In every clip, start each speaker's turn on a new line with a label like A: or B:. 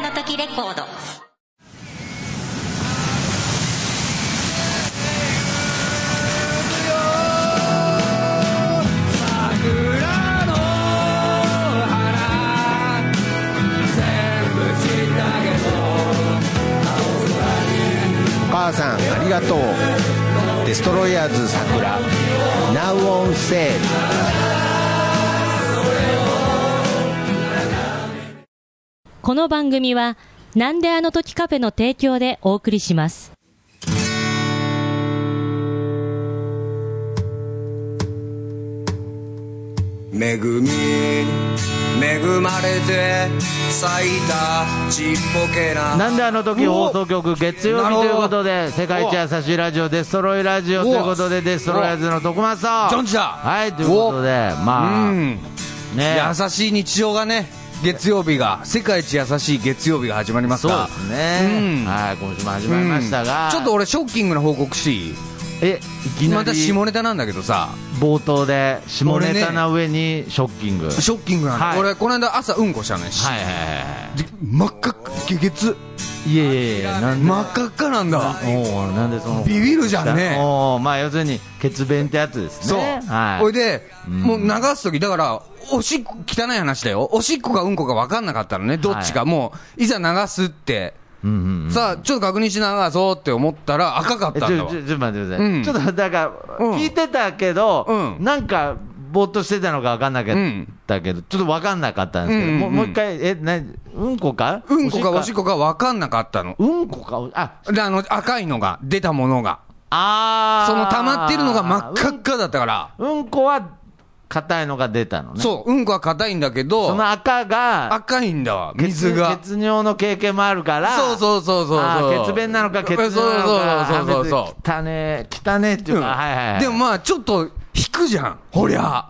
A: コード
B: 母さんありがとうデストロイヤーズ桜 Now on sale
C: この番組は、なんであの時カフェの提供でお送りします。
D: 恵み恵まれて咲いたちっぽけな
E: なんであの時放送局月曜日ということで世界一優しいラジオデストロイラジオということでデストロイヤーズの徳松さん
D: ジョンジだ
E: はいということでまあ
D: うん
E: ね
D: 優しい日常がね月曜日が世界一優しい月曜日が始まります
E: そう
D: か
E: です
D: うん
E: ね、はい今週も始
D: う
E: まり
D: ん
E: ましたが、
D: ちょっと俺ショッキングな報告していい
E: えいきな
D: また下
E: り
D: ネタなんだけどさ
E: 冒頭で下ネタな上にショッキング、
D: ショッキングなんだ、
E: はい
D: 俺この間朝うんこしたのよ、し
E: はいはいは
D: で真っ赤っか月
E: いいやいやいやなんで
D: 真っ赤っかなんだ
E: おうなんでその
D: ビビるじゃんね
E: おうまあ要するに血便ってやつです
D: そう、
E: ね
D: ほ
E: はい
D: で、もう流すとき、だから、おしっこ、汚い話だよ。おしっこかうんこか分かんなかったのね、どっちか。
E: は
D: もう、いざ流すって。
E: い、うんうんうん
D: さあ、ちょっと確認しながらそうって思ったら、赤かっ
E: えち
D: たんだ
E: ょ
D: わ
E: ち。ょちょっと待ってください、
D: うん
E: ちょっとだから、
D: うん
E: 聞いてたけど、
D: うん
E: なんかぼーっとしてたのか分かんなかったけど、ちょっと分かんなかったんですけど、
D: うんうん
E: も
D: う
E: うんもう一回えなうんこか
D: うんこかおしっ
E: こ
D: こか分かんなかったの。
E: うんこかおあ
D: で、あの、赤いのが、出たものが。
E: あー
D: その溜まってるのが真っ赤っかだったから。
E: うん、うんこは硬いのが出たのね
D: そう、うんこは硬いんだけ
E: そ
D: ど、
E: の赤が
D: 赤いんだわ、
E: 血
D: 水が。
E: 血尿の経験もあるから
D: そうそうそうそう
E: あ
D: そう。
E: ー血便なのか血
D: そう
E: 尿なのか
D: そうそうそうそう。
E: あ別に汚ねえ汚ねえってい
D: う
E: うか、
D: ん
E: はいはいはい
D: でもまあちょっと引くじゃんほりゃ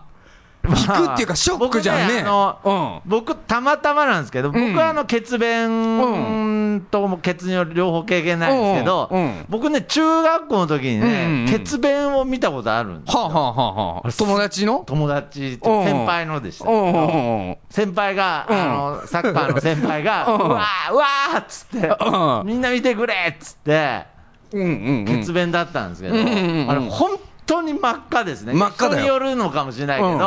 D: 引くっていうかショックじゃんね
E: 僕あの僕たまたまなんですけど、
D: うん
E: 僕はあの血
D: う
E: 便とも血尿両方経験ないんですけど、
D: うんうん
E: 僕ね中学校の時に
D: うん
E: ね、
D: うんうん
E: 血便を見たことあるんです
D: はあはあはあはあ友達の
E: 友達と
D: うんうん
E: 先輩のでした、
D: うんうんうん
E: 先輩が、
D: うん
E: あのサッカーの先輩が、
D: う
E: うんわーうわーっつって、
D: うん
E: みんな見てくれっつって
D: うんうん
E: 血便だったんですけど、
D: うんうんうん
E: あれ本当に真っ赤ですね
D: 真っ赤だよ
E: 人によるのかもしれないけど、
D: うん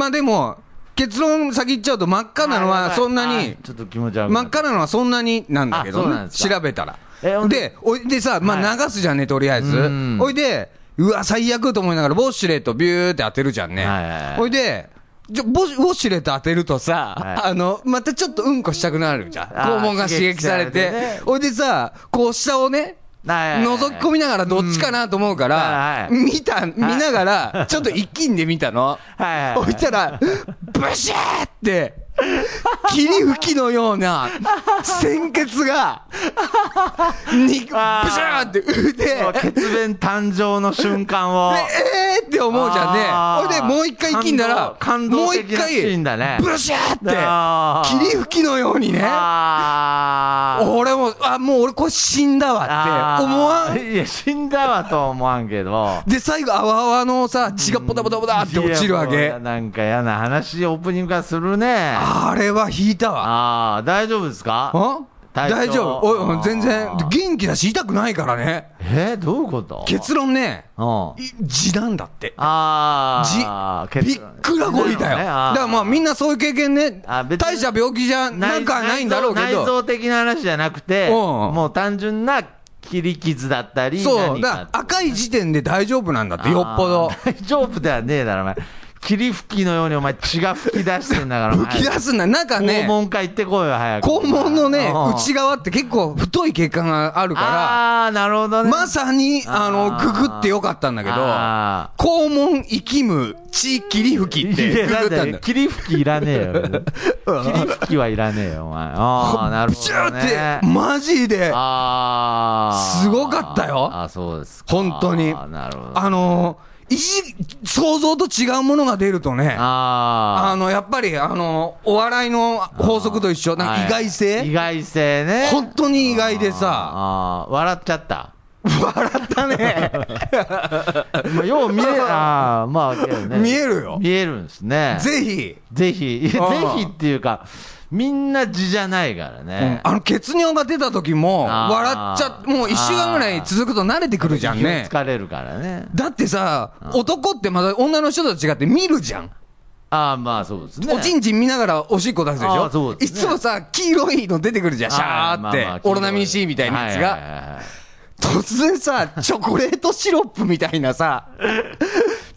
D: まあでも結論先言っちゃうと真っ赤なの
E: あやば
D: はいそんな
E: あ
D: に
E: ーちょっと気持ち悪く
D: 真
E: な
D: っ
E: る
D: 赤なのはそんなになんだけど
E: あそうなん
D: ね
E: ですか
D: 調べたら
E: えほんで
D: でおいでさま
E: は
D: あ
E: い
D: 流すじゃんねとりあえず
E: うん
D: おいでうわ最悪と思いながらウォッシュレットビューって当てるじゃんね
E: はいはいはい
D: おいでじゃウォッウォッシュレット当てるとさ、
E: は
D: あの、またちょっとうんこしたくなるじゃん。
E: あー
D: 肛門が刺激され
E: 刺
D: て。
E: 激されてね
D: おいでさ、こう下をね、
E: はいはいはい
D: 覗き込みながらどっちかなと思うから、
E: うん
D: 見た、見ながら、ちょっと一気にで見たの。
E: はいはいはい
D: 置いたら、ブシャーって、霧吹きのような、鮮血が、に、ブシャーって
E: もう
D: 腕、
E: 血便誕生の瞬間を。
D: えーって思うじゃん
E: あー
D: ね。ほいで、もう一回息んだら、
E: 感動
D: もう
E: 感動
D: 一
E: 的なシーンだね
D: 回、ブシャーっ
E: あ
D: て、
E: ー
D: 霧吹きのようにね、
E: あー
D: 俺も、あ、もう俺これ死んだわ
E: あ
D: って
E: ー
D: 思わん
E: いや、死んだわとは思わんけど。
D: で、最後、あわあわのさ、血がポタポタポタって落ちるわ
E: いや
D: け
E: もう。なんか嫌な話、オープニングからするね。
D: あれは引いたわ。
E: ああ、大丈夫ですか
D: ん
E: 体調
D: 大丈夫。おいうん全然
E: あ、ー
D: 元気だし、痛くないからね。
E: えどういうこと
D: 結論ね、
E: うん。あ
D: い痔なんだって。
E: あ
D: 痔。
E: ー。
D: びっくらこいだよ。だからまあみん
E: な、
D: なそういう経験ね
E: あ、別に
D: 大した病気じゃなんかはないんだろうけ
E: 内
D: ど。
E: 臓的な話じゃなくて、
D: うん
E: もう単純な切り傷だったり、
D: そう、
E: 何
D: だ
E: か
D: から赤い時点で大丈夫なんだって、よっぽど
E: あ。ー大丈夫ではねえだろ、お前。霧吹きのようにお前血が吹き出してんだから、お前
D: 吹き出すんだ。なんか
E: 肛
D: ね、
E: 門科行ってこいよ、早く。
D: 肛門のね
E: うん、
D: 内側って結構太い血管があるか
E: あー、なるほど
D: ら、
E: ね。
D: まさに、あの、
E: あー
D: くぐってよかったんだけど、
E: あ
D: 肛門生きむ血霧吹きっ
E: ーい
D: て
E: やな
D: く
E: ん
D: ぐった
E: だ
D: んだ
E: よ
D: よ。
E: 霧吹きいらね えよ。霧吹きはいらねえよ、お前。ああ、なる
D: ブ
E: ほ
D: チュー
E: ど、ね
D: っ。て、マジで、
E: あー
D: すごかったよ
E: あ、そうですか。
D: 本当に。
E: あーなるほど。あ
D: あのー、いじ、想像と違うものが出るとね、あ
E: あー。
D: の、やっぱり、あの、お笑いの法則と一緒、なんか意外
E: はい意
D: 性
E: 外性ね。
D: 本当に意外でさ、
E: ああ、笑っちゃった。
D: 笑ったね。
E: まあ、よ う見え、あーまあ、けどね
D: 見えるよ
E: 見えるんですね。
D: ぜひ、
E: ぜひ、いや
D: う
E: ぜ
D: ん
E: ひっていうか、みんな字じゃないからね。
D: あの血尿が出た時も、
E: あー
D: 笑っちゃもう1週間ぐらい続くと慣れてくるじゃんね。
E: 疲れるからね。
D: だってさ、男ってまた女の人と違って見るじゃん。
E: ああ、まあそうですね。
D: おちんちん見ながらおしっこ出すでし
E: あ
D: ょ
E: ーそうで
D: い
E: すね
D: つもさ、黄色いの出てくるじゃん、シャーって、
E: あまあまあ
D: オロナミン C みたいなやつが、
E: はいはいはいはい
D: 突然さ、チョコレートシロップみたいな さ、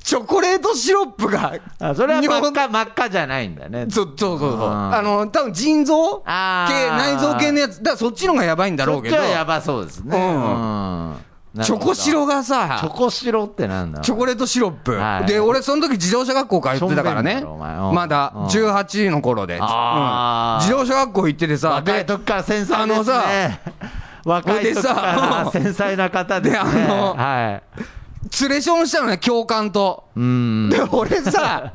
D: チョコレートシロップが、
E: あそれは真っ
D: 日
E: 赤、真っ赤じゃないんだね。
D: 本そうそうそうそう、
E: うん
D: あの多分腎臓系、
E: あー
D: 内臓系のやつ、だからそっちのがやばいんだろ
E: そうっ
D: け
E: ち
D: ど、
E: はやばそうですね。
D: う
E: うんんなる
D: チ
E: ほ
D: ョ
E: ど
D: コシロが
E: チョ
D: さ、
E: コシロってなんだ
D: チョコレートシロップ、
E: はい
D: で俺、その時自動車学校通ってたから
E: しょんべんだ
D: ね、
E: ろお前うん
D: まだ
E: うん
D: 18の頃で、うん
E: あー
D: 自動車学校行っててさ、
E: 若い
D: で
E: 時から繊細ですね。若い
D: で
E: 時
D: さ
E: から繊細な方ですね。
D: であの
E: はい。
D: ツレションしたのね、教官と。
E: うん。
D: で、俺 さ、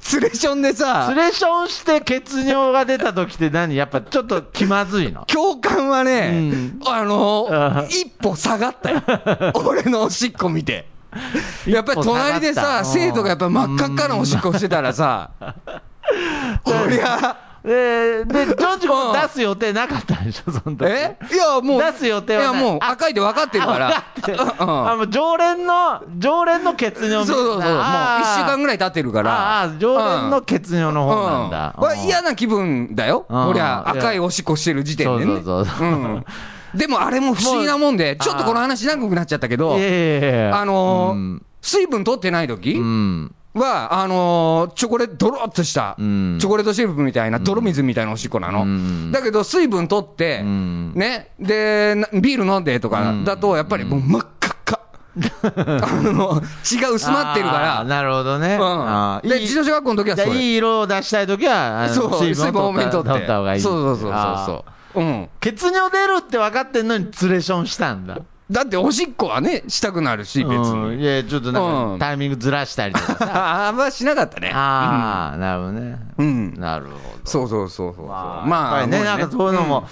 D: ツレションで
E: ス
D: さ、
E: レションして血尿が出た時って何やっぱちょっと気まずいの
D: 教官はね、あの
E: あ
D: 一歩下がった よ。俺のおしっこ見て。やっぱり隣でさ、
E: 一歩下がった
D: 生徒がやっぱ真っ赤っかなおしっこしてたらさ、こりゃ、
E: で、で、ジョージ
D: うん
E: も出す予定なかったんでしょ、その時。
D: えいや、もう、
E: 出す予定
D: い
E: はな
D: や、
E: い
D: もう赤いで分かってるから。
E: あ、もう常連の、常連の血
D: う
E: 尿
D: んそうそうそう、もう一週間ぐ
E: らい
D: らい経ってるか。
E: からあーあー、常連の血尿の
D: うん
E: 方なんだ。
D: うんこれ嫌な気分だよ、
E: うん
D: こりゃ、
E: いや
D: 赤いおしっこしてる時点でね。
E: そうそうそうそう
D: うんでもあれも不思議なもんで、
E: もう
D: ちょっとこの話長くなっちゃったけど
E: い、やいやいや
D: あのー
E: うん
D: 水分取ってない時
E: うん。
D: は、あのーチョコレート、ドロッとした、
E: ん
D: チョコレートシルプみたいな、泥水みたいなおしっこなの。
E: ん
D: だけど、水分取って、
E: ん
D: ね、で、なビール飲んでとかだと、やっぱりもう真っ赤っか。 あの、血が薄まってる
E: あー
D: か
E: なるほどね。
D: ら
E: あ。
D: う
E: ー
D: ん。で、自動車学校の時は
E: じゃあ
D: それ。
E: いい色を出したいときは、あの
D: そう、水分多めに
E: 取
D: 取
E: っ
D: って。
E: た取った方がいい。
D: そうそうそうそう
E: あー
D: そう。うん。
E: 血尿出るって分かってんのに、ツレションしたんだ。
D: だって、おしっこはね、したくなるし、別
E: う
D: に。
E: んいや、ちょっとなん
D: うん
E: か、タイミングずらしたりとか さ。
D: ああんましなかったね。
E: ああ、なるほどね。
D: うん
E: なるほど。
D: そうそうそうそう。
E: まあ、
D: ま
E: や
D: あ、
E: っぱりね、
D: もう
E: なんかそういうのも、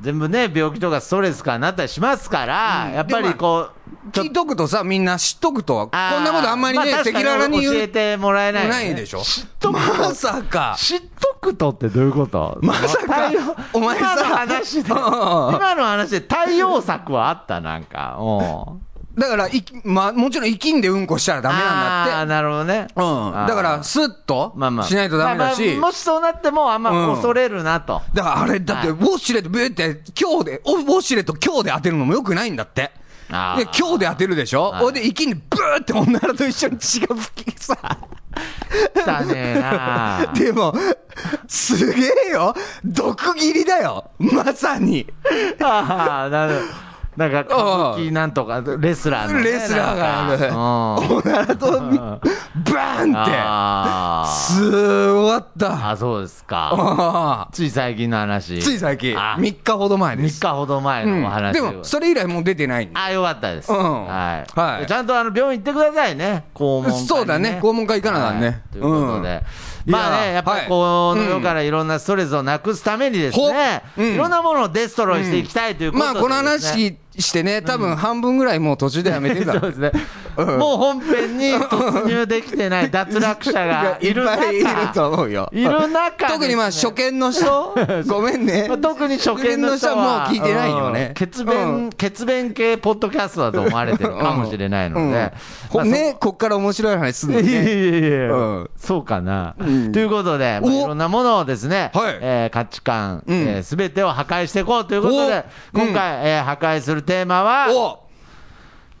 E: 全部ね、病気とかストレスからなったりしますから、やっぱりこう、
D: 聞いとくとさ、みんな知っとくと、こん
E: あー
D: なことあんまりね、
E: あ
D: 赤
E: 確か
D: 裸々に
E: 教
D: 言
E: え
D: う
E: てもらえない、
D: ないでしょ
E: 知っ。とくと
D: まさか。
E: 知っとくとってどういうこと
D: まさか
E: 対応
D: お前さ
E: 今の話で、
D: うんうんうん
E: 今の話で対応策はあった、なんか。うん
D: だから、いきまあ、もちろん、生きんでうんこしたらダメ
E: あ
D: な
E: ー
D: んだって。
E: なるほどね。
D: うん。だか
E: あ
D: ら、
E: ー、
D: スッとしないとダメだ
E: まあ
D: し。
E: まあもしそうなっても、あんま恐れるなと。
D: だからあれ、だって、ウ
E: は
D: ォッシュレット、ビューって、今日で、おウォッシュレット今日で当てるのもよくないんだって。
E: あ
D: で
E: ー、
D: 今日で当てるでしょ
E: はい
D: ほいで、一気にブーって女の子と一緒に血が吹きさ。
E: だねえな
D: でも、すげえよ毒斬りだよまさに
E: ああ、なるほど。なんか、歌舞伎なんとか、レスラーのね、
D: レスラーがある。
E: なんか
D: おならとみ、バー
E: うん。
D: ンって
E: あー
D: すごかった。
E: あ、そうですか。
D: あ
E: つい最近の話。
D: ーつい最近、
E: あ
D: 3日ほど前で
E: 3
D: す。
E: 日ほど前のお
D: うん、
E: 話
D: で
E: で
D: も、それ以来もう出てないんで
E: ああ、よかったです。
D: うん
E: はい。
D: はい
E: ちゃんとあの病院行ってくださいね。肛門科に、
D: そうだね肛門科行かなあかんね
E: はいということで。
D: うん
E: まあ
D: いや
E: ね、やっぱ
D: はい
E: りこの世からいろんなストレスをなくすためにですね、
D: ほうん
E: いろんなものをデストロイしていきたいということで
D: ま
E: で
D: あ、
E: すね、
D: この話してね、多分半分ぐらいもう途中でやめてるだ
E: そ
D: ろ
E: うですね、もう本編に突入できて ない脱落者がいる
D: っぱ
E: 中、
D: いいると思うよ。
E: いる中、
D: 特にまあ、初見の 人ごめんね
E: まあ。特に初
D: 初
E: 見の人は
D: 見の人はもう聞いてないよね
E: うん
D: う
E: 血
D: ん
E: 便、血便系ポッドキャストだと思われてるかもしれないの
D: うん
E: で、
D: ほ
E: まあ
D: ね、こっから面白い話するの
E: いやいや
D: ね。
E: いやいや
D: うん
E: そうかな。
D: ん
E: ということで、まあ、
D: お
E: いろんなものをですね、
D: はい
E: えー価値観、す、
D: ん
E: えー、べ、てを破壊していこうということで、
D: おうん
E: 今回、えー破壊するテーマは、
D: お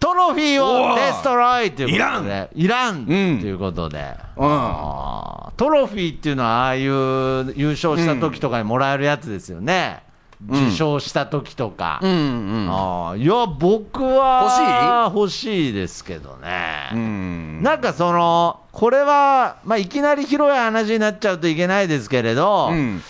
E: トロフィー
D: お
E: をデストロイということで、
D: いらん
E: いらんと
D: ん
E: いうことで、
D: うん
E: あートロフィーっていうのは、ああいう優勝した時とかにもらえるやつですよね。受賞した時とか。
D: うんうん。
E: あーいや、僕は欲しいですけどね。
D: うん。
E: なんかその、これは、まあ、いきなり広い話になっちゃうといけないですけれど、
D: うん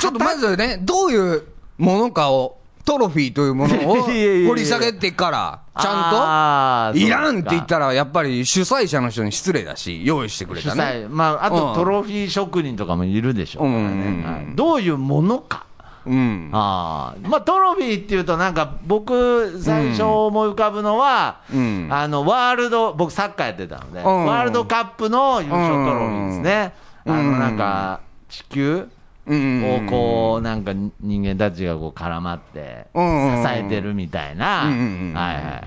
D: ちょっとまずね、どういうものかを、トロフィーというものを
E: いやいやいや
D: 掘り下げてから、ちゃん
E: ゃ
D: と、いらんって言ったたら、やっぱり主催者の人に失礼だし、用意してくれ
E: 主
D: たね。
E: 催、まあ、あ
D: うん
E: とトロフィー職人とかもいるでしょうから
D: うんうんうん
E: ね、はいどういうものか、
D: うん。
E: あーまあ、トロフィーっていうと、なんか僕、最初思い浮かぶのは、
D: うん
E: あのワールド、僕、サッカーやってたので、
D: ん
E: ワールドカップの優勝トロフィーですね、
D: うん
E: あ
D: う
E: の
D: ん
E: なんか、地球をこう、なんか人間たちがこう絡まって、支
D: うん
E: えてるみたいな、は
D: う
E: い
D: んう
E: は
D: ん
E: いは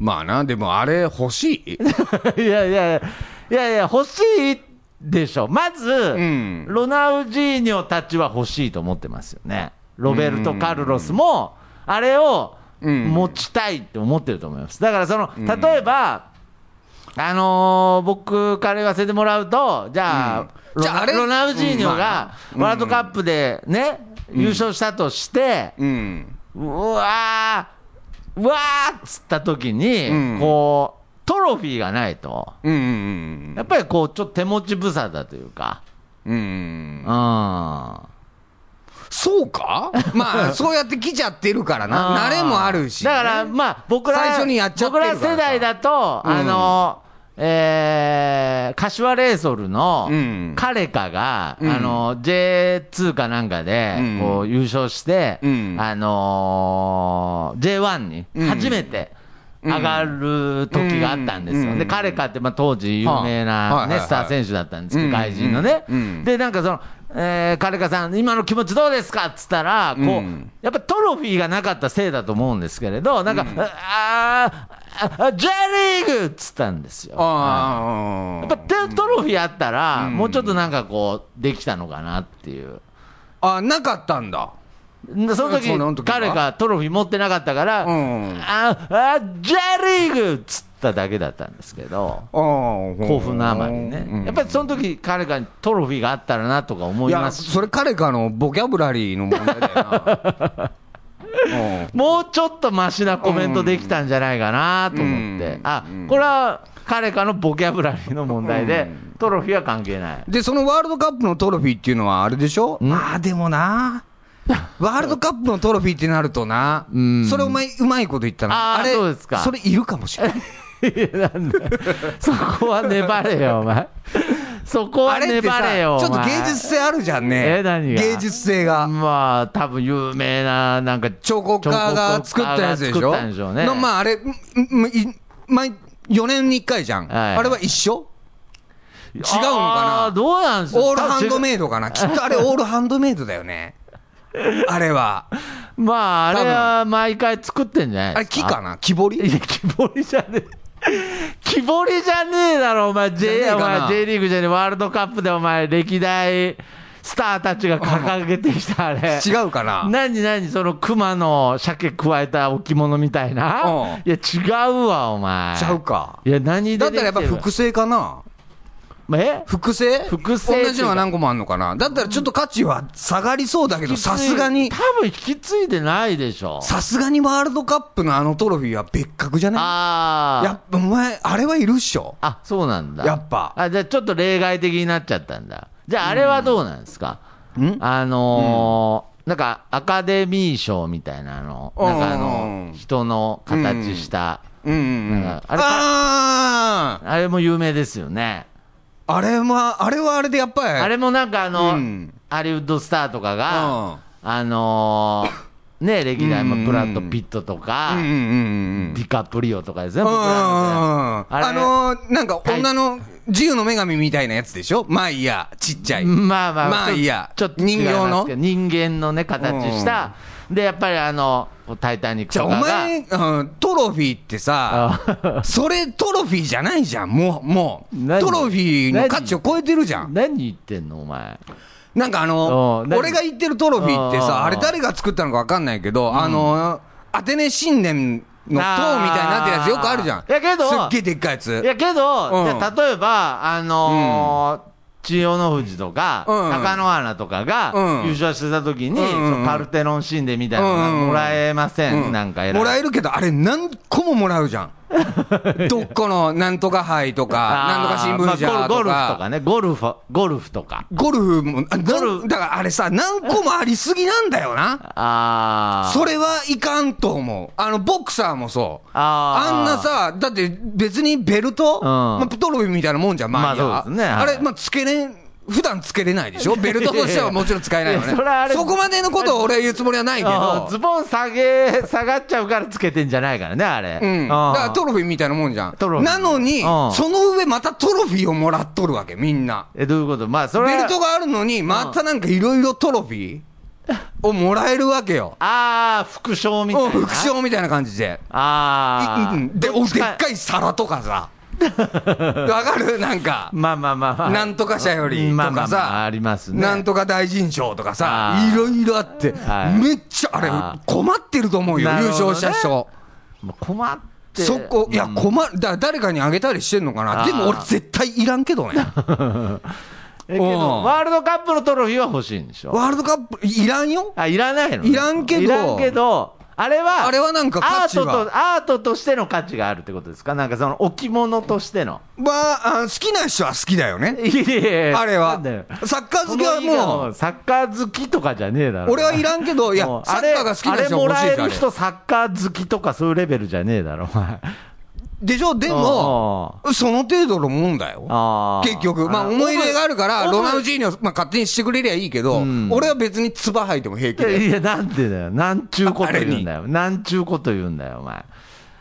D: まあな、でもあれ欲しい
E: いはい。いやいやいやいや、欲しいでしょ、まず、
D: ん
E: ロナウジーニョたちは欲しいと思ってますよね、ロベルト・カルロスも、あれを
D: うん
E: 持ちたいって思ってると思います。だからその例えば、あのー僕から言わせてもらうと、じゃあ、
D: うん
E: ロ
D: じゃああれ
E: ロナウジーニョが
D: うんまあ
E: ワールドカップでね、優勝したとして、
D: うん。
E: うわー、うわーっつった時に、
D: うん
E: こう、トロフィーがないと、
D: うんうん
E: やっぱりこう、ちょっと手持ち無沙汰というか、
D: うん。うん。
E: うん。
D: そうか まあ、そうやって来ちゃってるからな。
E: あ
D: 慣
E: ー
D: れもあるしね。
E: だから、まあ、僕ら、
D: 最初にやっちゃってるからさ
E: 僕ら世代だと、
D: うん
E: あの、えー、柏レイソルの
D: うん
E: 彼かが、
D: うん
E: あの、J2 かなんかで、
D: うん
E: こう、優勝して、
D: うん
E: あのー J1 に
D: うん
E: 初めて、上がる時があったんですよ。
D: うん
E: で、彼かって、まあ、当時有名
D: はあは
E: ないね、
D: はいはい
E: スター選手だったんですけ
D: う
E: ど、
D: ん
E: 外人のね
D: うん。
E: で、なんかその、えー、彼かさん、今の気持ちどうですかっつったら、こう、
D: うん
E: やっぱトロフィーがなかったせいだと思うんですけれど、なんか、あーあ、J リーグっつったんですよ。
D: ああ。
E: やっぱテトロフィーあったら、もうちょっとなんかこう、できたのかなっていう。
D: あ、なかったんだ。
E: でその時
D: その時は
E: 彼がトロフィー持ってなかったから、
D: うん
E: ああ、J リーグっつっただけだったんですけど、興
D: 興
E: 奮のあまりね。やっぱりその時彼がトロフィーがあったらなとか思
D: い
E: い
D: や、
E: ますし
D: それ彼かのボキャブラリーの問題だよ な。うん
E: もうちょっとマシなコメントできたんじゃないかなと思って、
D: うん
E: あこれは彼かのボキャブラリーの問題で、トロフィーは関係ない。
D: で、そのワールドカップのトロフィーっていうのはあれでしょああ、でもな。ワールドカップのトロフィーってなるとな。それお前、うまいこと言ったな。
E: あー
D: れ
E: そうですか
D: それいるかもしれない。
E: なんだそこは粘れよ、お前。そこ
D: あ
E: は
D: れって
E: 粘
D: さ、
E: れ
D: ち
E: よ、
D: ょ
E: お
D: っ
E: 前。
D: と芸術性あるじゃんね。
E: え何が
D: 芸術性が。
E: まあ、多分有名な、なんか、
D: 彫刻家が作ったやつでし
E: 彫
D: ょ
E: 刻家が作ったんでしょうね。
D: のまああれ、んんんい毎4年に1回じゃん。
E: はい
D: あれは一緒
E: 違う
D: のかな
E: どうなんですか
D: オールハンドメイド かなきっとあれオールハンドメイドだよね。あれは。
E: まあ、あれは毎回作ってんじゃ
D: あ
E: ない
D: れ
E: です
D: 木
E: か。
D: かな木彫り
E: いや、木彫りじゃねえ。木彫りじゃねえだろ、お前。
D: じゃねえ
E: J,
D: か
E: お
D: な
E: 前 J リーグじゃねえ。ワールドカップでお前、歴代スターたちが掲げてきたあれ。
D: 違うかな
E: 何何その熊の鮭加えた置物みたいな
D: うん。
E: いや、違うわ、お前。
D: ちゃうか。
E: いや、何で
D: だ
E: で
D: った
E: きて
D: ら
E: る
D: やっぱ複製かな
E: え
D: 複製
E: 複製って
D: 同じ
E: いうか
D: のが何個もあんのかなだったらちょっと価値は下がりそうだけど、さすがに
E: 多、分引き継いでないでしょ。
D: さすがにワールドカップのあのトロフィーは別格じゃな
E: あ
D: い
E: あ。
D: やっぱお前、あれはいるっしょ。
E: あ、そうなんだ。
D: やっぱ
E: あ、じゃあちょっと例外的になっちゃったんだ。じゃああれはどうなんですか、あのーなんかアカデミー賞みたいなの、
D: うん
E: なんかあの、人の形した、
D: うんうんうん。
E: なんかあれか
D: あ
E: あれも有名ですよね。
D: ああれは、あれはあれでやっぱり。
E: あれもなんかあの、
D: うん
E: ハリウッドスターとか
D: うん
E: が、あの ーね、歴代もブラッド・ピットとか、
D: うんうんうん
E: ディカプリオとかですね、
D: うん。
E: 僕ら
D: あ
E: の世代あれ
D: のー、なんか
E: い
D: 女の自由の女神みたいなやつでしょまあいいや、ちっちゃい。
E: まあまあ、
D: まあいいや
E: ちょっと違います
D: 人
E: けど
D: 形の
E: 人間のね、形した、で、やっぱりあの、タイタニック
D: じゃあ
E: と
D: お
E: かが、
D: 前、うんトロフィーってさ、それトロフィーじゃないじゃん、もう、もう。
E: 何
D: トロフィーの価値を超えてるじゃん。
E: 何言ってんの、お前。
D: なんかあの
E: う、ん何
D: 俺が言ってるトロフィーって
E: うん
D: さ、あれ誰が作ったのかわかんないけど、あの、アテネ神殿の塔みたいになってるやつよくあるじゃん
E: あ。ーいやけど
D: すっげえでっかいやつ。
E: いや、けど、
D: うん
E: じゃあ例えば、あのー千代の富士とか、
D: うん
E: 貴乃花とか
D: う
E: が
D: ん
E: 優勝してた時
D: うんう
E: に、
D: んうん
E: そのパルテノン神殿みたいなのがもらえません、
D: うん
E: なんか選ぶ
D: もらえるけど、あれ何個ももらうじゃ ん。どっこのなんとか杯とか、なんとか新聞
E: ま
D: 社
E: あゴ
D: と
E: ルゴルフと
D: か。
E: かね、ゴルフ、ゴルフとか。
D: ゴルフも、あな
E: ゴル
D: んだからあれさ、何個もありすぎなんだよな。
E: ああ。
D: それはいかんと思う。あの、ボクサーもそう。
E: あー
D: あんなさ、だって別にベルト、
E: ん
D: まあ、トロフィーみたいなもんじゃん、まあいいや、
E: まあそうですねはい
D: あれ、まあ、付け根普段つけれないで しょベルトとしてはもちろん使えないよ
E: いやそれはあ
D: ね。
E: れ
D: そこまでのことを俺は言うつもりはないけ
E: あー
D: ど
E: ズ。ボン下げ、下がっちゃうからつけてんじゃないからね、あれ。
D: うん、だ
E: あー
D: からトロフィーみたいなもんじゃん
E: トロ。フィー
D: なのに、
E: うん
D: その上またトロフィーをもらっとるわけ、みんな。
E: え、どういうことまあ、それは
D: ベルトがあるのに、またなんかいろいろトロフィーをもらえるわけよ。
E: ああ、副賞みたい
D: うん
E: な。
D: 副賞みたいな感じで。
E: ああ。
D: うんで、おでっ
E: い。
D: かい皿とか さ。わかるなんか。
E: まあまあまあまあ。
D: なんとか社より
E: う
D: と
E: んまあま
D: か
E: あまあ
D: さ、
E: ありますね。
D: なんとか大臣賞とかさ
E: あ、ー
D: いろいろあって、
E: はい
D: めっちゃ、あ
E: あ
D: れ
E: ー、
D: 困ってると思うよ、
E: な
D: 優
E: るほどね
D: 勝した人。
E: もう困って。
D: そこ、いや、
E: うん
D: 困る、だ誰かにあげたりしてんのかな、
E: あー
D: でも俺、絶対いらんけどね、
E: えけど
D: うん
E: ワールドカップのトロフィーは欲しいんでしょ
D: ワールドカップ、いらんよ、
E: あ、いらないの
D: いらんけど
E: いらんけど、あれは、
D: あれはなんか価値が
E: アートと、アートとしての価値があるってことですかなんかその置物としての。
D: まあ、あ好きな人は好きだよね、
E: いやいやいや
D: あれは
E: なんだよ。
D: サッカー好きは
E: その以外
D: も
E: の
D: う、
E: サッカー好きとかじゃねえだろ。
D: 俺はいらんけど、いや、
E: もう
D: サ
E: あ
D: ッ
E: れ
D: カーが好きな人は
E: あ
D: 欲しい
E: れ
D: じ
E: もら
D: ゃ
E: え
D: ん
E: る。人、サッカー好きとかそういうレベルじゃねえだろ、お前。
D: でしょ、でも、その程度のもんだよ。
E: あー
D: 結局、まあ、思い入れがあるから、
E: オブ
D: ロナウジーニョ、まあ、勝手にしてくれりゃいいけど、
E: うん
D: 俺は別に唾吐いても平気
E: いや
D: で。
E: いや、なんてだよ。なんちゅうこと言うんだよ。なんちゅうこと言うんだよ、お前。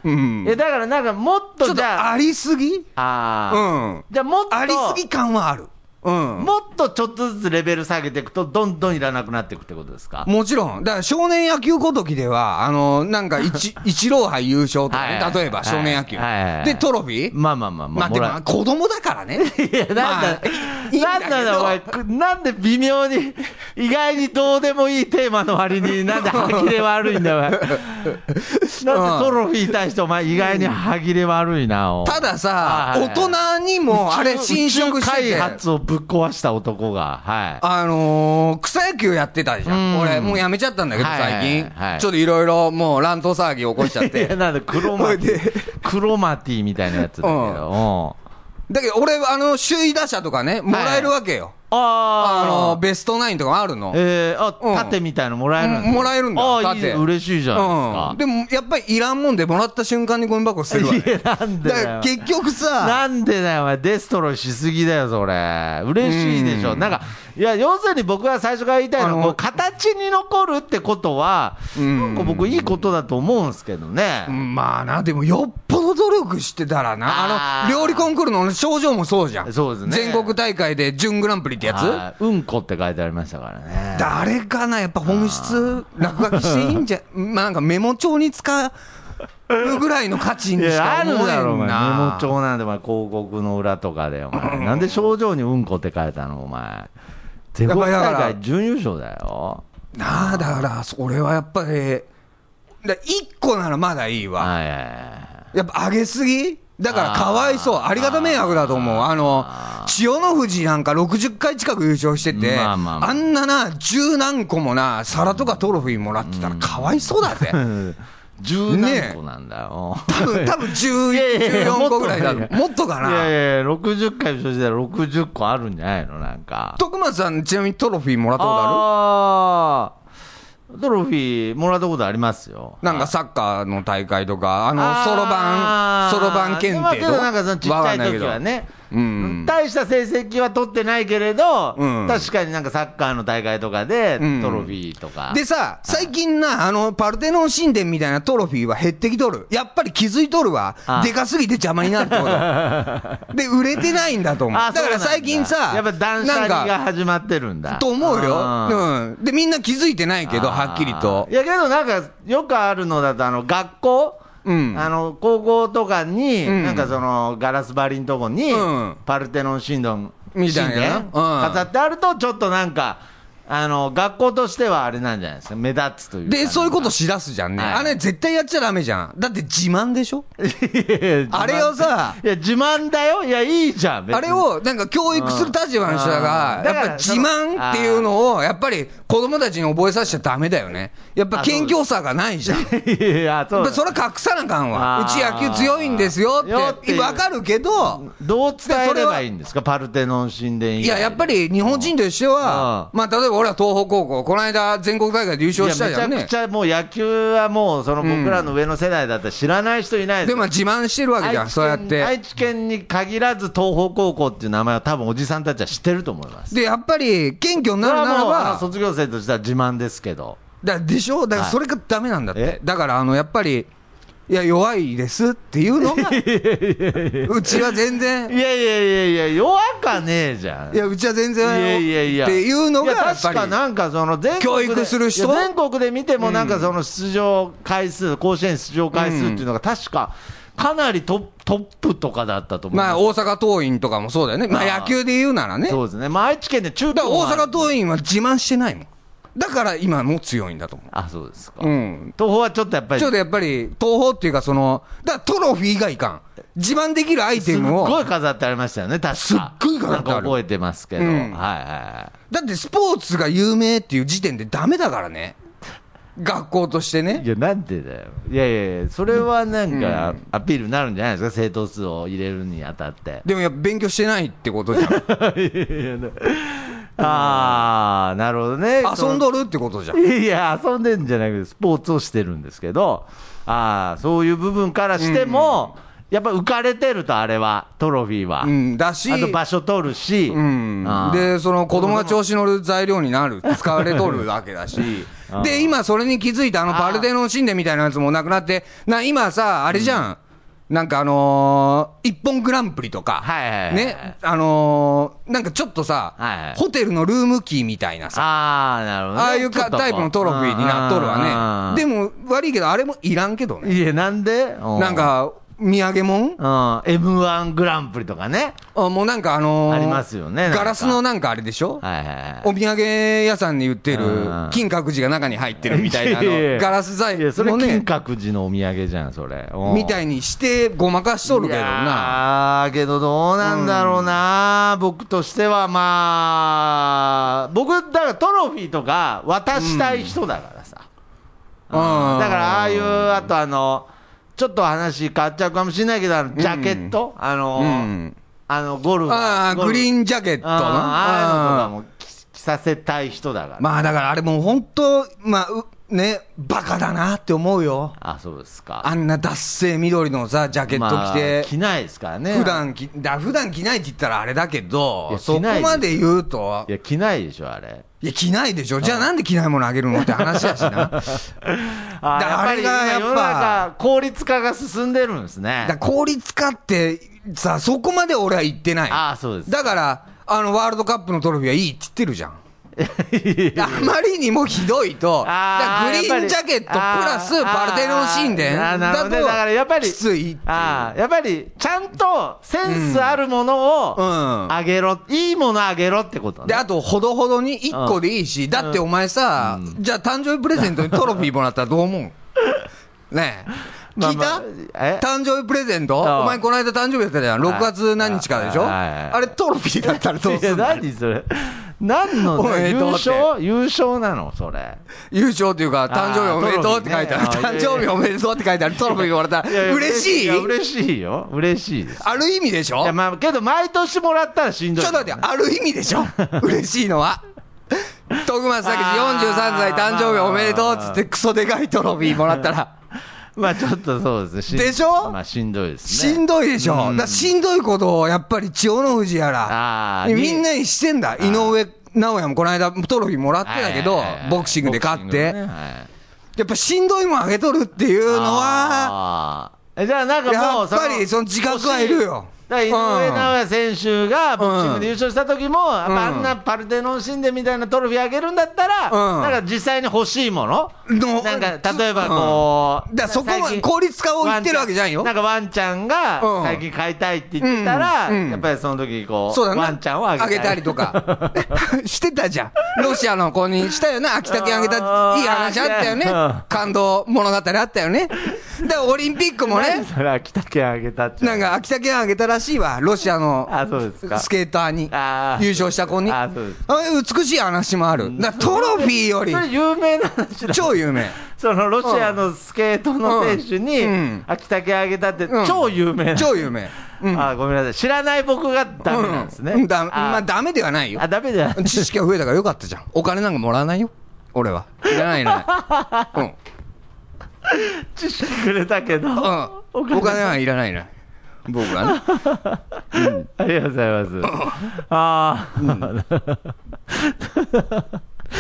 D: うん。
E: え、だからなんかもっ
D: ちょ
E: と
D: っ
E: じ
D: と
E: ゃあ、
D: ありすぎ
E: あ
D: う
E: ー
D: ん。
E: じゃあもっと、
D: ありすぎ感はある。うん。
E: もっとちょっとずつレベル下げていくと、どんどんいらなくなっていくってことですか
D: もちろん。だから少年野球ごときでは、あの、なん か一、一郎杯優勝とか
E: は
D: ね
E: いは、い
D: 例えば少年野球
E: はいはいは。い
D: で、トロフィー
E: まあまあまあま
D: ま
E: あ、
D: あ、で
E: もら
D: も、子供だから ね。
E: いや、なんだ、
D: まあ
E: なんだろう、お
D: いいんだ
E: 前
D: けど、
E: くなんで微妙に、意外にどうでもいいテーマの 割に、なんで歯切れ悪いんだよ、お前。なんでトロフィーに対して、お前、意外に歯切れ悪いな、お
D: たださ、
E: はい
D: 大人にも、あれ、侵食して
E: 宇宙
D: て
E: 開。発をぶっ壊した男が、はい。
D: あのー、草野球やってたじゃん。
E: うん
D: 俺、もうやめちゃったんだけど、
E: はいはい
D: 最近
E: は。い
D: ちょっといろいろ、もう乱闘騒ぎ起こしちゃっ
E: いや
D: て。
E: なんで黒マテ
D: ほいで
E: ィ、黒マティみたいなやつだけ
D: う
E: ど、うんん、あ
D: だけど、俺、あの、首位打者とかね、もらえるわけよ。あ
E: あ
D: の、ベストナインとかもあるの。
E: えー、あ、
D: うん
E: 盾みたいのもらえるんだ
D: もらえるんだ
E: ああ、いい
D: 盾
E: 嬉しいじゃな
D: う
E: い
D: ん。で
E: で
D: も、やっぱりいらんもんで、もらった瞬間にゴミ箱捨てるわ
E: すか。
D: け。
E: いや、なんで
D: だか
E: だ
D: ら
E: よ。
D: 結局さ、
E: なんでだよ、お前、デストロイしすぎだよ、それ。嬉しいでしょ。なんか、いや、要するに僕が最初から言いたいの
D: あの
E: は、こう形に残るってことは、
D: ん
E: なんか僕、いいことだと思うんですけど
D: う
E: ね。
D: んまあな、でもよっぽど努力してたらな、あ
E: あー
D: の、料理コンクールの俺賞状もそうじゃん。
E: そうですね
D: 全国大会で準グランプリってやつ
E: はいうんこって書いてありましたからね。
D: 誰かな、やっぱ本質、落書きしていいんじゃ、 まあなんかメモ帳に使うぐらいの価値
E: い
D: にし
E: や、
D: か
E: あ
D: 思え
E: るだろ、お
D: ん
E: 前。メ
D: な
E: モ。帳なんで、お前、広告の裏とかで、お前。なんで症状にうんこって書いたの、お前。全国
D: やっぱりだか
E: 大
D: ら
E: 会準優勝だよ。
D: なあ、だから、それはやっぱり、だ一個ならまだいいわ。
E: はいはいはい。
D: やっぱ上げすぎだからかわいそう。
E: あー
D: ありがた迷惑だと思う。あの、千代の富士なんか60回近く優勝してて、
E: まあまあまあ
D: あんなな、十何個もな、皿とかトロフィーもらってたらかわいそうだ ぜ。
E: 十何個なんだよ。
D: 多分、多分10
E: いやいやいや
D: 14個ぐらいだ
E: も
D: と
E: っと
D: もっとか
E: いやい
D: な。
E: やいや、60回優勝したら60個あるんじゃないのなんか。
D: 徳松さん、ちなみにトロフィーもらったことあ
E: あートロフィーもらったことありますよ。
D: るなんかサッカーの大会とか、あの、そろば
E: あ
D: ん、
E: ー
D: そろばん検定
E: でも
D: と
E: けどなんかそのちっちゃい時は
D: わかんないけど
E: ね、
D: うん
E: 大した成績は取ってないけれど、
D: うん
E: 確かになんかサッカーの大会とかで、
D: うん
E: トロフィーとか。
D: でさ、最近な、あの、パルテノン神殿みたいなトロフィーは減ってきとる。やっぱり気づいとるわ
E: あ。あ
D: でかすぎて邪魔になるって こと。で、売れてないんだと思う。
E: あ
D: だ
E: そう
D: か
E: なん
D: ら最近さ、
E: やっぱ断捨
D: な
E: 離が
D: んか、
E: 始まってるんだ。
D: と思う
E: あー
D: よ。うん。で、みんな気づいてないけど、
E: あー
D: はっきりと
E: い。やけどなんか、よくあるのだと、あの、学校、
D: うん
E: あの、高校とかに、
D: うん
E: なんかその、ガラス張りのとこに、
D: うん
E: パルテノン神殿、
D: みたいな
E: 神殿
D: うん
E: 飾ってあると、ちょっとなんか、あの、学校としてはあれなんじゃないですか、目立つというか
D: で、 そういうことしだすじゃんね。
E: はい
D: あれ絶対やっちゃダメじゃん。だって自慢でしょあ
E: あ
D: れをさ、
E: いや、自慢だよ。いや、いいじゃん。別に
D: あれ、をなんか教育する立場の人らが
E: う、ん
D: やっぱり
E: だから
D: 自慢っていうのを、やっぱり子供たちに覚えさせちゃだめだよね。やっぱ謙虚さがないじゃん。やっ
E: いや、そう
D: ぱ
E: だ
D: りそれは隠さなあかんわ。
E: あ
D: うち
E: ー
D: 野球強いんですよ
E: よっ
D: ってて
E: いう
D: わかるけど、
E: どう伝えればいいんですか、パルテノン神殿以外
D: いや、やっぱり日本人としては、
E: う
D: まあ、例えば俺ら東北高校、この間全国大会で優勝
E: め
D: し
E: ち
D: たじゃ
E: ゃ
D: ん
E: く
D: ね。
E: ちゃもう野球はもうその僕らの上の世代だったら知らない人いない
D: でも
E: も
D: 自慢してるわけじゃん、そうやって。
E: 愛知県に限らず東邦高校っていう名前は多分おじさんたちは知ってると思います
D: で、やっぱり謙虚になるなら
E: もうあ
D: ば
E: の、卒業生としては自慢ですけど
D: だでしょだからそれがダメなんだって、
E: え
D: だからあのやっぱりいや弱いですっていう のがうちは全
E: い
D: 然
E: やいやいやいや弱かねえじゃん
D: いやうちは全
E: い
D: 然
E: やいやいや
D: っていうのが
E: や
D: やっぱ
E: 確か
D: り
E: なんかその全国で
D: 教育する人
E: いや全国で見てもなんかその出場回数、甲子園出場回数っていうのが確かかなりトップトップとかだったと思います
D: まあ大阪桐蔭とかもそうだよねま
E: あ
D: あ
E: あ
D: 野球で言うならねだ
E: そ
D: か
E: うですね、まあ、愛知県で中
D: ら
E: 東
D: 大阪桐蔭は自慢してないもんだから今も強いんだと思
E: あそうですか、
D: ううん
E: 東宝はちょっとやっぱり
D: ちょっとやっぱり東方っていうかそのだからトロフィーがいかん自慢できるアイテム
E: すっごい
D: を
E: 飾ってありましたよね確か
D: すっごい飾ってある
E: なんか覚えてますけど、
D: うん
E: はいは
D: だってスポーツが有名っていう時点でダメだからね学校としてね
E: いいやなんでだよいやいやいやそれはなんかアピールになるんじゃないですか正答数を入れるにあたって
D: でもやっぱ勉強して ないってことじゃん。
E: ああなるほどね
D: 遊ん
E: そ
D: どるってことじゃん。
E: のいや遊んでんじゃなくてスポーツをしてるんですけどああそういう部分からしても、やっぱ浮かれてるとあれはトロフィーは、
D: うん、だし、
E: あと場所取るし、
D: うん
E: ああ、
D: で、その子供が調子乗る材料になる、使われとるわけだし、 で、今それに気づいたあのパルテノン神殿みたいなやつもなくなって、な、今さ、あれじゃん。なんかあのー、一本グランプリとか、
E: はいはいはい
D: ね、あのー、なんかちょっとさ、
E: はいはい
D: ホテルのルームキーみたいなさ、
E: ああ、なるほどね、
D: ああいうか
E: ちょっとこう
D: タイプのトロフィーになっとるわね。で
E: も、
D: も、悪いけど、あれもいらんけどね。
E: いや、なんでう
D: なんか、土産物
E: うん、M1 グランプリとかね。
D: あもうなんかあのー
E: ありますよねなんか
D: ガラスのなんかあれでしょ、
E: はいはいは
D: お土産屋さんに売ってる
E: うん
D: 金閣寺が中に入ってるみたいなあ
E: いやいやい
D: の
E: や
D: ガラス細
E: い。いや、それ
D: 工の
E: 金
D: ね
E: 閣寺のお土産じゃん、それ。
D: みた
E: い
D: いにしてごまかしとるけどな
E: ああ、けどどうなんだろうな、僕としてはまあ、僕、だからトロフィーとか渡したい人だからさ。
D: うん
E: だからああいう、あとあの、ちょっと話変わっちゃうかもしれないけど、あのジャケット、あの、
D: うん
E: あのゴルフ
D: ああ
E: ゴ
D: グ
E: ルフ
D: リーンジャケットな
E: あああいうの
D: うん
E: とかも着着させたい人だから、
D: まあだからあれもう本当まあうねバカだなって思うよ
E: あそうですか
D: あんな脱製緑のさジャケット着
E: ま
D: て
E: あ、着ないですからね
D: 普段着だ普段着ないって言ったらあれだけ
E: い
D: ど
E: や
D: そこ
E: 着ないです
D: まで言うと
E: いや着ないでしょあれ
D: いや、着ないでしょ。じゃあなんで着ないものあげるのって話だしな。だか
E: あ
D: だあれがやっぱ
E: 世の中効率化が進んでるんですね
D: ら効率化って、さ、そこまで俺は言ってない。
E: ああそうです
D: だから、あの、ワールドカップのトロフィーはいいって言ってるじ ゃん。あまりにもひどいと、だ
E: あ
D: から
E: ー
D: グリーンジャケットプラスパルテノン神殿
E: あーあーなるほどねだからやっ
D: だ
E: ぱ
D: と
E: り
D: きついっていう。
E: あーやっぱりちゃんとセンスあるものを
D: うん
E: あげろ、いいものあげろってことね
D: で、あと、ほどほどに1個でいいし、だってお前さ、じゃあ誕生日プレゼントにトロフィーもらったらどう 思うねえ。
E: まあ
D: 聞いた、
E: まあえ
D: 誕生日プレゼント
E: ああ
D: お前この間誕生日だったじゃん。6月何日かでしょ
E: ああああ
D: あれトロフィーだったらどう
E: い
D: す
E: や
D: る
E: 何それ何の
D: おめで
E: 優
D: とうって
E: 勝優勝なのそれ
D: 優勝というか、誕生日おめでとうって書いてある。
E: ああトロフィーね
D: 誕生日おめでとうって書いてあるトロフィーもらった
E: いやい
D: ら
E: や
D: 嬉しい
E: や嬉しいよ嬉しいです
D: ある意味でしょ
E: い
D: ち
E: や
D: ょっ
E: まあけど毎年もらったらしんどい
D: と待って、ある意味で しょ嬉しいのは。徳松武史43歳誕生日おめでとうっつってクソでかいトロフィーもらったら。
E: まあちょっとそうですねん
D: でしょ
E: まあしんどいですね
D: しんどいでしょ、だからしんどいことをやっぱり千代の富士やら、
E: あー
D: みんなにしてんだ、井上尚弥もこの間、トロフィーもらってたけど
E: はいはいはいは、い
D: ボクシングで勝っ
E: ボクシング
D: て、
E: ねはい
D: やっぱしんどいもんあげとるっていうのは、
E: あーえじゃあなんか
D: や
E: もう
D: っぱりその自覚はいるよ。
E: だから井上尚弥選手がボクシングで優勝した時も、やっぱあ
D: うん
E: んなパルテノン神殿みたいなトロフィーあげるんだったら、
D: うん
E: なんか実際に欲しいもの、
D: の
E: なんか例えばこう、
D: うんだからそこは
E: 最近
D: 効率化を言ってるわけじゃんよ
E: ワンちゃんなんかワンちゃん
D: う
E: が
D: ん
E: 最近飼いたいって言ってたら、
D: うんうん
E: やっぱりその時こう
D: そうだな。
E: ワンちゃんをあげたい
D: たりと か。してたじゃん。ロシアの子にしたよな。秋田県あげた
E: あ。ー
D: いい話あったよね
E: うん。
D: 感動物語あったよね。だからオリンピックもね。
E: それ秋田県あげたって
D: なんか秋田県あげたらしいわ、ロシアの
E: あそうですか
D: スケーターに、
E: あー
D: 優勝した子に、
E: あそうです
D: あ美しい話もある、だからトロフィーより
E: それ有名な話だ
D: 超有名、
E: そのロシアのスケートの選手に
D: うん
E: 秋田県あげたって
D: うん
E: 超有名な
D: 超有名、
E: あごめんなさい知らない僕がダメなんですね、
D: うんだまあ、
E: あ
D: ダメではないよ
E: あ。ダメだ
D: 知識が増えたからよかったじゃん。お金なんかもらわないよ。俺は。いらないいら ない。うん。
E: 知識くれたけど、あ
D: うん。お金はいらないいらない。僕はね。
E: りがとうございますああ、なんで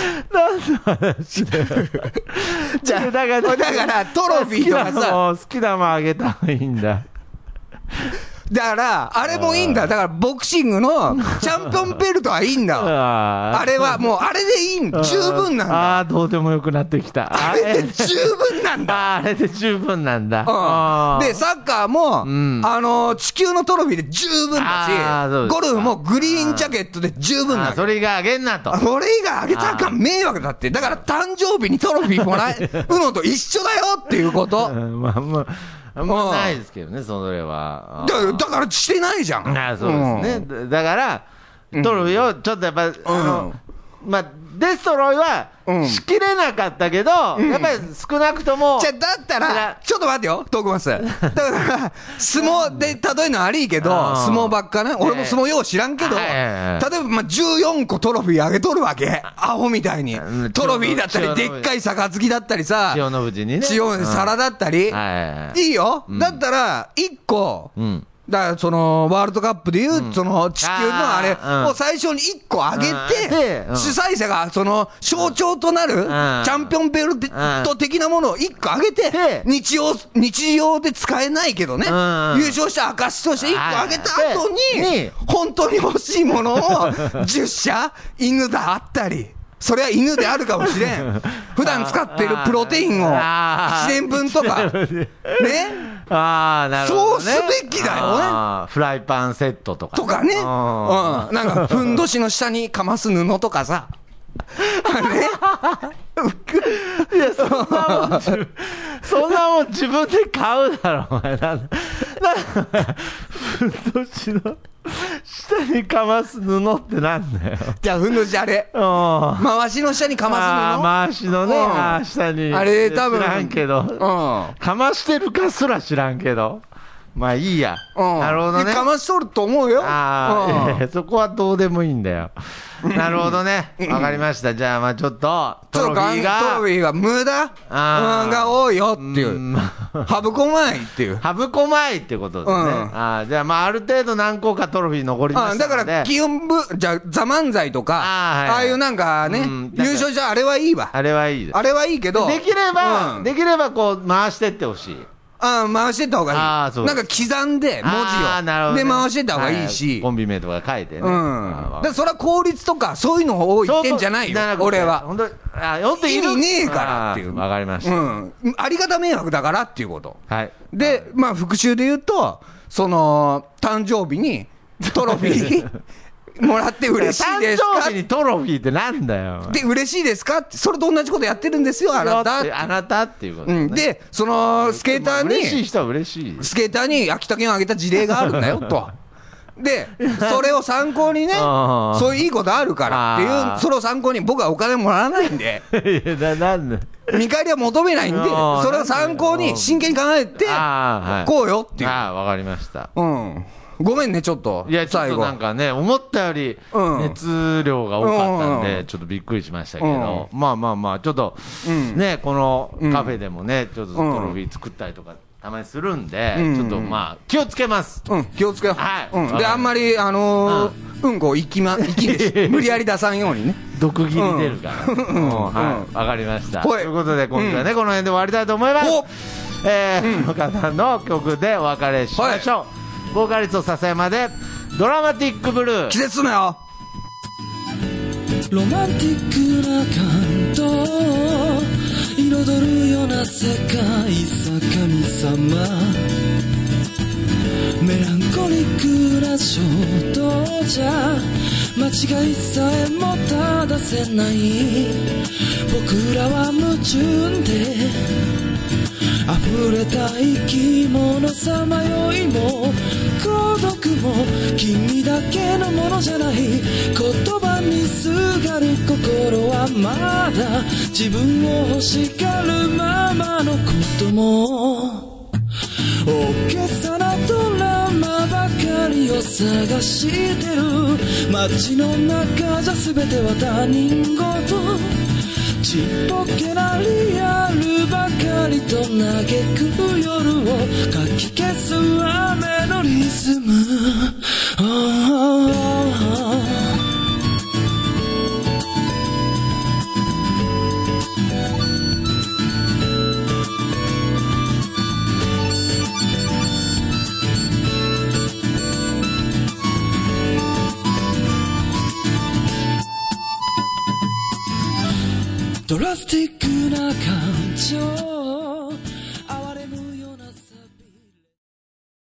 E: 話だよ
D: じゃあ、
E: だから
D: だからトロフィーとか
E: 好きな
D: さ、
E: もん好きなもんあげた方がいいんだ
D: だから、あれもいいんだ。だから、ボクシングのチャンピオンベルトはいいんだ。
E: あ
D: あれは、もう、あれでいいん
E: あー
D: 十分なんだ。
E: ああどうでもよくなってきた
D: あれで十分なんだ。
E: あーあれで十分なんだ、あ
D: うん、
E: ー
D: で、サッカーも、
E: ん
D: あのー地球のトロフィーで十分だ
E: あーそ
D: し、
E: うです
D: ゴ
E: か
D: ルフもグリーンジャケットで十分
E: あ
D: な
E: ー
D: の
E: そ
D: よ
E: れがあげんなと
D: これ以外あげたらあかん迷惑だって。だから誕生日にトロフィーもらえうのと一緒だよっていうこと。
E: うんまあまあ、あんまないですけどね、それは。あ
D: だだからしてないじゃん。
E: あそうですね、だだから、トロフィーをちょっとやっぱ、あのまあ、デストロイは
D: うん
E: しきれなかったけど、やっぱり少なくとも、
D: じゃあだったら、ちょっと待ってよ、トークマ ス。だから、相撲で例えるのありいけど、
E: うん
D: 相撲ばっかね、俺も
E: ええ
D: 相撲よう知らんけど、
E: は
D: 例
E: いはい
D: え
E: はい
D: ばまあ14個トロフィーあげとるわけ、アホみたいに
E: う。ん
D: トロフィーだったり、
E: 千
D: で
E: 代の
D: っかい杯だったりさ、
E: 千代の富士にね、
D: 千代の皿だったり
E: うん、はいはいはい
D: いいよ、だったら、1個、
E: うん
D: だからそのワールドカップでいう、その地球のあれ
E: あーうん
D: を最初に1個上げ
E: うんで
D: て、
E: うん
D: 主催者がその象徴となるチャンピオンベルト的なものを1個上げて
E: で、
D: 日曜日曜で使えないけどね、優
E: うん
D: 勝した証として1個上げた後
E: は
D: に
E: いで、
D: 本当に欲しいものを 10社、犬だあったり。それは犬であるかもしれ ん。普段使ってるプロテインを1
E: あー
D: 年分と か。
E: 一年
D: ね
E: ああ、なるほど、ね。
D: そうすべきだよね
E: あーフライパンセットとか。
D: とかね、う、
E: うんん
D: なんか、ふんどしの下にかます布とかさ、
E: いや、そんなもん自、そんなもん自分で買うだろ、お前。なんだ、なんだ、ふんどしの下にかます布ってなんだよ。
D: じゃあ、ふんどしあれ、
E: うん。ま
D: 回しの下にか
E: あー、
D: ま
E: 回しのね、
D: うん
E: あー下に。
D: あれ多分
E: 知らんけ
D: す布
E: ど。
D: の。
E: かましてるかすら知らんけど。まあいいや。
D: うん。うん。
E: なるほどね。
D: かましとると思うよ。
E: ああ、いやいうやそこはどうでもいいんだよ。なるほどね。わかりました。じゃあ、まあちょっと、
D: ん。ちょ
E: ト
D: っと
E: ロフ
D: ガ
E: ィ
D: ン
E: ー
D: トロフ
E: が、
D: ィーは無駄
E: あー
D: うんが多いよっていうう。
E: ん
D: 省こまいっていう。
E: はぶこまいってことですね。
D: うん
E: ああじゃあ、まあ、ある程度何個かトロフィー残りま
D: あ
E: し
D: だ
E: たので。
D: から、気温部、じゃあ、ザ漫才とか、
E: あーはい
D: ああいうなんかね、
E: うん
D: 優勝じゃあれはいいわ。
E: あれはいいです。
D: あれはいいけど。
E: できれば、
D: うん
E: できればこう、回してってほしい。
D: うん、回してった方がいい。
E: あーそう
D: な
E: で
D: ん
E: す
D: か刻んで、文
E: ああな
D: 字を。
E: るほどね
D: で、回してった方がいいし。
E: コンビ名とか書いてね。
D: うん。で、それは効率とか、そういうのを言ってんじゃないよ、俺は。
E: 本当あ、本当
D: 意味ねえからっていう。
E: わかりました。
D: うん。ありがた迷惑だからっていうこと。
E: はい。
D: で、まあ、復習で言うと、その、誕生日にトロフィー もらって嬉しいです
E: 誕
D: か
E: 生日にトロフィーってなんだよ。お前
D: で、嬉しいですかってそれと同じことやってるんですよ、あなたって。
E: あなたっていうこと
D: う
E: ね、
D: ん。で、その、スケーターに、
E: 嬉しい人は 嬉しい。
D: スケーターに秋田県を挙げた事例があるんだ よと。で、それを参考にね、
E: あー
D: そういういいことあるからってい
E: あ
D: う、
E: ー
D: それを参考に僕はお金もらわないん で、
E: いや、な、なんだ。
D: 見返りは求めないんで、
E: あー
D: それを参考に真剣に考えて、
E: あーはい
D: こうよっていう。
E: ああ、わかりました。
D: うん。ごめんね、ちょっと。
E: いや、ちょっ
D: 最
E: と
D: 後。
E: なんかね、思ったより
D: うん
E: 熱量が多かったん
D: うんうんう
E: で、
D: ん
E: ちょっとびっくりしましたけど、まあまあまあ、ちょっと
D: うん
E: ね、このカフェでもね、ちょっとトロフィー作ったりとか、たまにするんで
D: うん、
E: ちょっとまあ、気をつけます。
D: うん、気をつけよう。
E: はい
D: うん。で、あんまり、あのーうんこを行きま、行き で無理やり出さんようにね。
E: 毒切り出るから。うんはい。わかりました。
D: ほ
E: と
D: い
E: いうことで、今回ね、この辺で終わりたいと思います
D: お。
E: えー、この方の曲でお別れしましょう。ボーカリスト笹山で、ドラマティックブルー
D: 気。絶すなよ
A: ロマンティックな感動を彩るような世界さ神様メランコリックな衝動じゃ間違いさえも正せない僕らは矛盾で溢れた生き物さまよいも孤独も君だけのものじゃない言葉にすがる心はまだ自分を欲しがるままの子供大げさなドラマば愛を探してる街の中じゃ全ては他人事ちっぽけなリアルばかりと嘆く夜をかき消す雨のリズム、ああドラスティックな感情